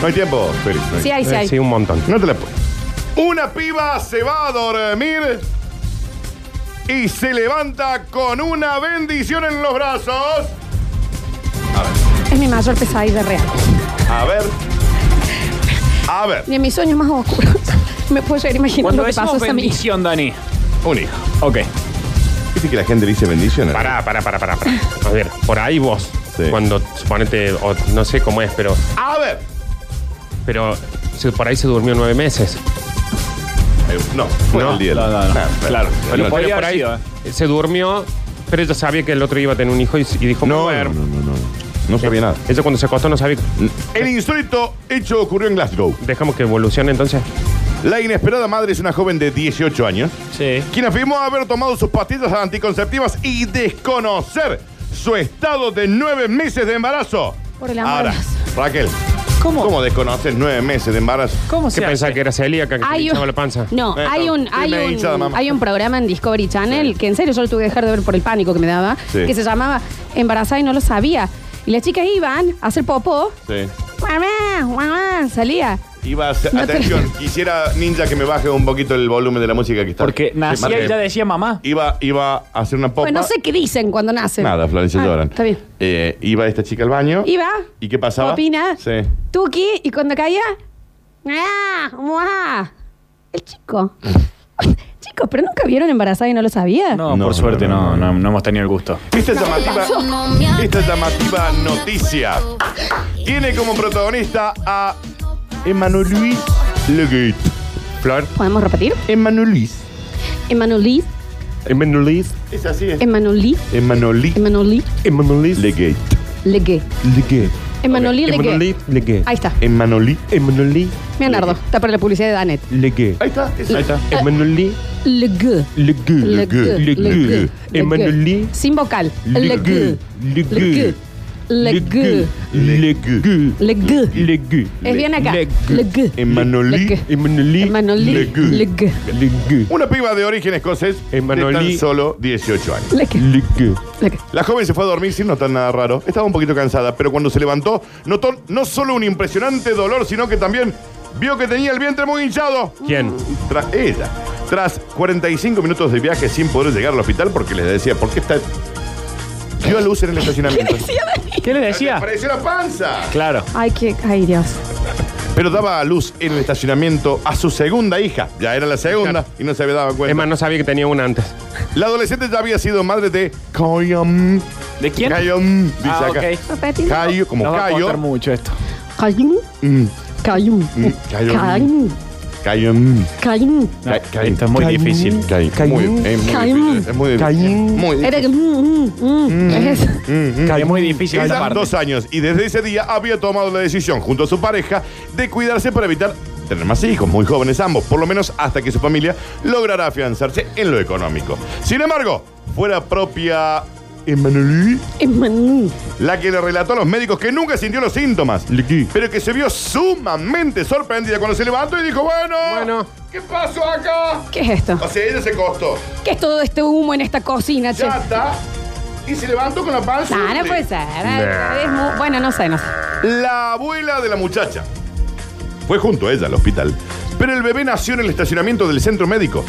Speaker 2: no hay tiempo, Félix. no hay
Speaker 4: Sí, ahí sí,
Speaker 6: Sí,
Speaker 4: ahí.
Speaker 6: un montón.
Speaker 2: No te la puedo. Una piba se va a dormir y se levanta con una bendición en los brazos.
Speaker 4: Es mi mayor pesadilla real.
Speaker 2: A ver. A ver.
Speaker 4: Ni en mis sueños más oscuros (laughs) me puedo llegar a imaginar
Speaker 7: Cuando
Speaker 4: lo que
Speaker 7: decimos
Speaker 4: pasó esa mía.
Speaker 7: bendición, Dani.
Speaker 2: Un hijo.
Speaker 7: Ok.
Speaker 2: ¿Viste que la gente le dice bendición?
Speaker 6: Pará, pará, pará, pará. pará. A ver, por ahí vos.
Speaker 2: Sí.
Speaker 6: Cuando suponete, o no sé cómo es, pero,
Speaker 2: A ver.
Speaker 6: pero se- por ahí se durmió nueve meses.
Speaker 2: Eh, No, fue
Speaker 6: No,
Speaker 2: el día.
Speaker 7: no, no, no. Claro.
Speaker 2: Pero
Speaker 7: Pero
Speaker 2: no,
Speaker 7: podría
Speaker 6: por
Speaker 7: haber
Speaker 6: ahí
Speaker 7: sido,
Speaker 2: eh.
Speaker 6: se durmió, pero ella sabía que el otro iba a tener un hijo y, y dijo,
Speaker 2: no,
Speaker 6: "Bueno".
Speaker 2: no, no, no. No sabía nada.
Speaker 6: Ella cuando se acostó no sabía.
Speaker 2: El insólito hecho ocurrió en Glasgow.
Speaker 6: Dejamos que evolucione entonces.
Speaker 2: La inesperada madre es una joven de 18 años
Speaker 7: Sí.
Speaker 2: quien afirmó haber tomado sus pastillas anticonceptivas y desconocer su estado de nueve meses de embarazo.
Speaker 4: Por el amor de
Speaker 2: Ahora,
Speaker 4: Dios.
Speaker 2: Raquel,
Speaker 7: ¿Cómo?
Speaker 2: ¿cómo desconoces nueve meses de embarazo?
Speaker 7: ¿Cómo se
Speaker 6: ¿Qué pensaba que era celíaca que se le
Speaker 4: Hay
Speaker 6: hinchaba
Speaker 4: un,
Speaker 6: la panza?
Speaker 4: no,
Speaker 2: Eh,
Speaker 4: hay
Speaker 2: no,
Speaker 4: un, hay
Speaker 2: me
Speaker 4: un,
Speaker 2: hinchada, mamá.
Speaker 4: hay un programa en Discovery Channel que en serio yo lo tuve que dejar de ver por el pánico que me daba,
Speaker 2: Sí.
Speaker 4: que se llamaba Embarazada y no lo sabía. Y las chicas iban a hacer popó,
Speaker 2: Sí.
Speaker 4: mamá, mamá, salía.
Speaker 2: Iba a ser-
Speaker 4: No te-
Speaker 2: atención, quisiera, Ninja, que me baje un poquito el volumen de la música que está.
Speaker 7: Porque
Speaker 2: Sí,
Speaker 7: nacía
Speaker 2: Marque.
Speaker 7: y ya decía mamá.
Speaker 2: Iba, iba a hacer una popa.
Speaker 4: Pues no sé qué dicen cuando nacen.
Speaker 2: Nada, Florencia
Speaker 4: Ah,
Speaker 2: lloran.
Speaker 4: Está bien.
Speaker 2: Eh, iba esta chica al baño.
Speaker 4: Iba.
Speaker 2: ¿Y qué pasaba?
Speaker 4: Opina.
Speaker 2: Sí.
Speaker 4: Tuki, y cuando caía. ¡Ah! ¡Mua! El chico. (laughs) Chicos, pero nunca vieron embarazada y no lo sabía.
Speaker 7: No,
Speaker 2: No,
Speaker 7: por suerte
Speaker 2: no,
Speaker 7: no, no, no hemos tenido el gusto.
Speaker 2: Esta llamativa, esta llamativa noticia tiene como protagonista a Emmanuel Luis Leguet.
Speaker 6: Flor.
Speaker 4: ¿Podemos repetir?
Speaker 2: Emmanuel Luis.
Speaker 4: Emanuelis,
Speaker 6: Emanuelis.
Speaker 2: Es así, es.
Speaker 4: Emanuelis,
Speaker 2: Em- Emmanuel Luis
Speaker 4: Emanuelis,
Speaker 6: Emanuelis.
Speaker 2: Leguet.
Speaker 4: Legué.
Speaker 2: Leguet.
Speaker 4: Emanuelis, Legué.
Speaker 6: Legué.
Speaker 4: Ahí está.
Speaker 2: Emmanuel
Speaker 6: Emanuelis.
Speaker 4: Mira, Nardo, está para la publicidad de Danet.
Speaker 6: Legué.
Speaker 2: Ahí está, es- ahí está.
Speaker 6: Emanuelis.
Speaker 4: Legué.
Speaker 6: Legué.
Speaker 4: Legué. Legué.
Speaker 6: Emanuelis.
Speaker 4: Sin vocal.
Speaker 6: Legué.
Speaker 4: Legué. Legué. Legué. Legué.
Speaker 2: Legué.
Speaker 6: Legué.
Speaker 4: Es bien acá. Legué.
Speaker 2: Emmanuel Luis.
Speaker 4: Legué.
Speaker 6: Emanuelis.
Speaker 4: Emanuelis,
Speaker 2: Legué.
Speaker 4: Legué.
Speaker 6: Legué.
Speaker 2: Una piba de origen escocés de
Speaker 6: Emmanuel
Speaker 2: tan
Speaker 6: Luis.
Speaker 2: solo 18 años.
Speaker 4: Legué.
Speaker 6: Legué.
Speaker 4: Legué.
Speaker 2: La joven se fue a dormir sin notar nada raro. Estaba un poquito cansada, pero cuando se levantó, notó no solo un impresionante dolor, sino que también vio que tenía el vientre muy hinchado.
Speaker 6: ¿Quién?
Speaker 2: Tras ella. Tras 45 minutos de viaje sin poder llegar al hospital porque les decía, ¿por qué está...? Dio a luz en el estacionamiento.
Speaker 7: ¿Qué le
Speaker 2: Le
Speaker 7: decía?
Speaker 2: apareció la panza.
Speaker 7: Claro.
Speaker 4: Ay, qué. Ay, Dios.
Speaker 2: Pero daba a luz en el estacionamiento a su segunda hija. Ya era la segunda y no se había dado cuenta.
Speaker 6: Es más, no sabía que tenía una antes.
Speaker 2: La adolescente ya había sido madre de Coyom.
Speaker 7: ¿De quién?
Speaker 2: Coyom, dice
Speaker 7: Ah,
Speaker 2: acá.
Speaker 7: ok.
Speaker 4: Repetimos.
Speaker 2: Cayo, como
Speaker 7: Nos va a
Speaker 2: Cayo.
Speaker 7: costar mucho esto.
Speaker 4: Cayum.
Speaker 2: Mm,
Speaker 4: Cayum.
Speaker 2: mm, Cayo.
Speaker 4: Cayum.
Speaker 2: Cayun.
Speaker 4: Caín.
Speaker 7: No,
Speaker 2: Ca- ca-
Speaker 7: esto es muy
Speaker 5: Caín.
Speaker 7: difícil. eh,
Speaker 2: Cayun.
Speaker 5: Cayun.
Speaker 2: Muy- es muy
Speaker 4: Cayun.
Speaker 2: difícil, Es muy difícil.
Speaker 5: Cayun.
Speaker 2: Muy difícil.
Speaker 4: Era que. mm, mm, mm, es eso.
Speaker 7: Es muy difícil esta
Speaker 2: Eran
Speaker 7: parte.
Speaker 2: dos años y desde ese día había tomado la decisión junto a su pareja de cuidarse para evitar tener más hijos, muy jóvenes ambos, por lo menos hasta que su familia lograra afianzarse en lo económico. Sin embargo, fue la propia Emmanuel
Speaker 4: Es maní.
Speaker 2: la que le relató a los médicos que nunca sintió los síntomas, pero que se vio sumamente sorprendida cuando se levantó y dijo, bueno,
Speaker 6: Bueno.
Speaker 2: ¿qué pasó acá?
Speaker 4: ¿Qué es esto?
Speaker 2: O sea, ella se costó.
Speaker 4: ¿Qué es todo este humo en esta cocina, che?
Speaker 2: Ya está. Y se levantó con la panza.
Speaker 4: No, no
Speaker 2: de-
Speaker 4: puede ser. Ay, es muy- Bueno, no sé, no sé.
Speaker 2: La abuela de la muchacha. Fue junto a ella al hospital. Pero el bebé nació en el estacionamiento del centro médico.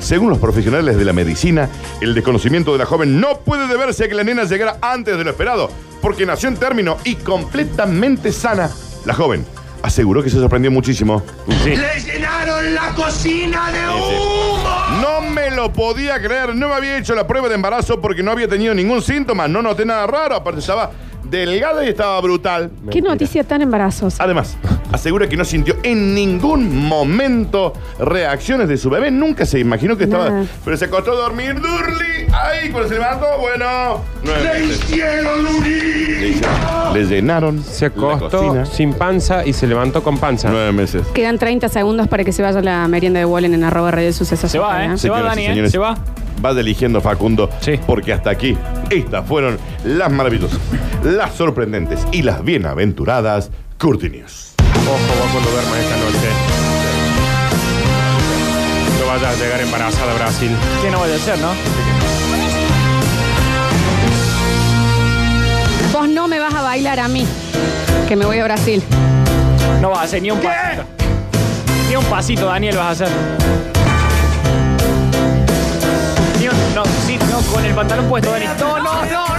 Speaker 2: Según los profesionales de la medicina, el desconocimiento de la joven no puede deberse a que la nena llegara antes de lo esperado, porque nació en término y completamente sana. La joven aseguró que se sorprendió muchísimo.
Speaker 8: ¡Le llenaron la cocina de humo!
Speaker 2: No me lo podía creer, no me había hecho la prueba de embarazo porque no había tenido ningún síntoma, no noté nada raro, aparte estaba delgada y estaba brutal.
Speaker 4: ¿Qué noticia tan embarazosa?
Speaker 2: Además, asegura que no sintió en ningún momento reacciones de su bebé. Nunca se imaginó que estaba.
Speaker 4: Nada.
Speaker 2: Pero se acostó a dormir, Durli. Ay, cuando se levantó, bueno. nueve
Speaker 8: ¡Le
Speaker 2: meses.
Speaker 8: hicieron un
Speaker 2: Le hicieron- Le llenaron.
Speaker 6: Se
Speaker 2: la
Speaker 6: acostó
Speaker 2: cocina.
Speaker 6: sin panza y se levantó con panza.
Speaker 2: Nueve meses.
Speaker 4: Quedan 30 segundos para que se vaya la merienda de Wallen en arroba redes sucesos.
Speaker 7: Se va, ¿eh? Se va,
Speaker 2: Señoras y
Speaker 7: Dani, ¿eh?
Speaker 2: señores,
Speaker 7: Se va.
Speaker 2: Va eligiendo Facundo.
Speaker 7: Sí.
Speaker 2: Porque hasta aquí, estas fueron las maravillosas, las sorprendentes y las bienaventuradas Curti News.
Speaker 6: Ojo, vos cuando duermas esta noche. No vayas a llegar embarazada a Brasil.
Speaker 7: Que no vaya a ser, ¿no?
Speaker 4: Vos no me vas a bailar a mí, que me voy a Brasil.
Speaker 7: No vas a hacer ni un pasito. Ni un pasito, Daniel, vas a hacer. Ni un- no, sí, no, con el pantalón puesto, Dani. No, no, no, no.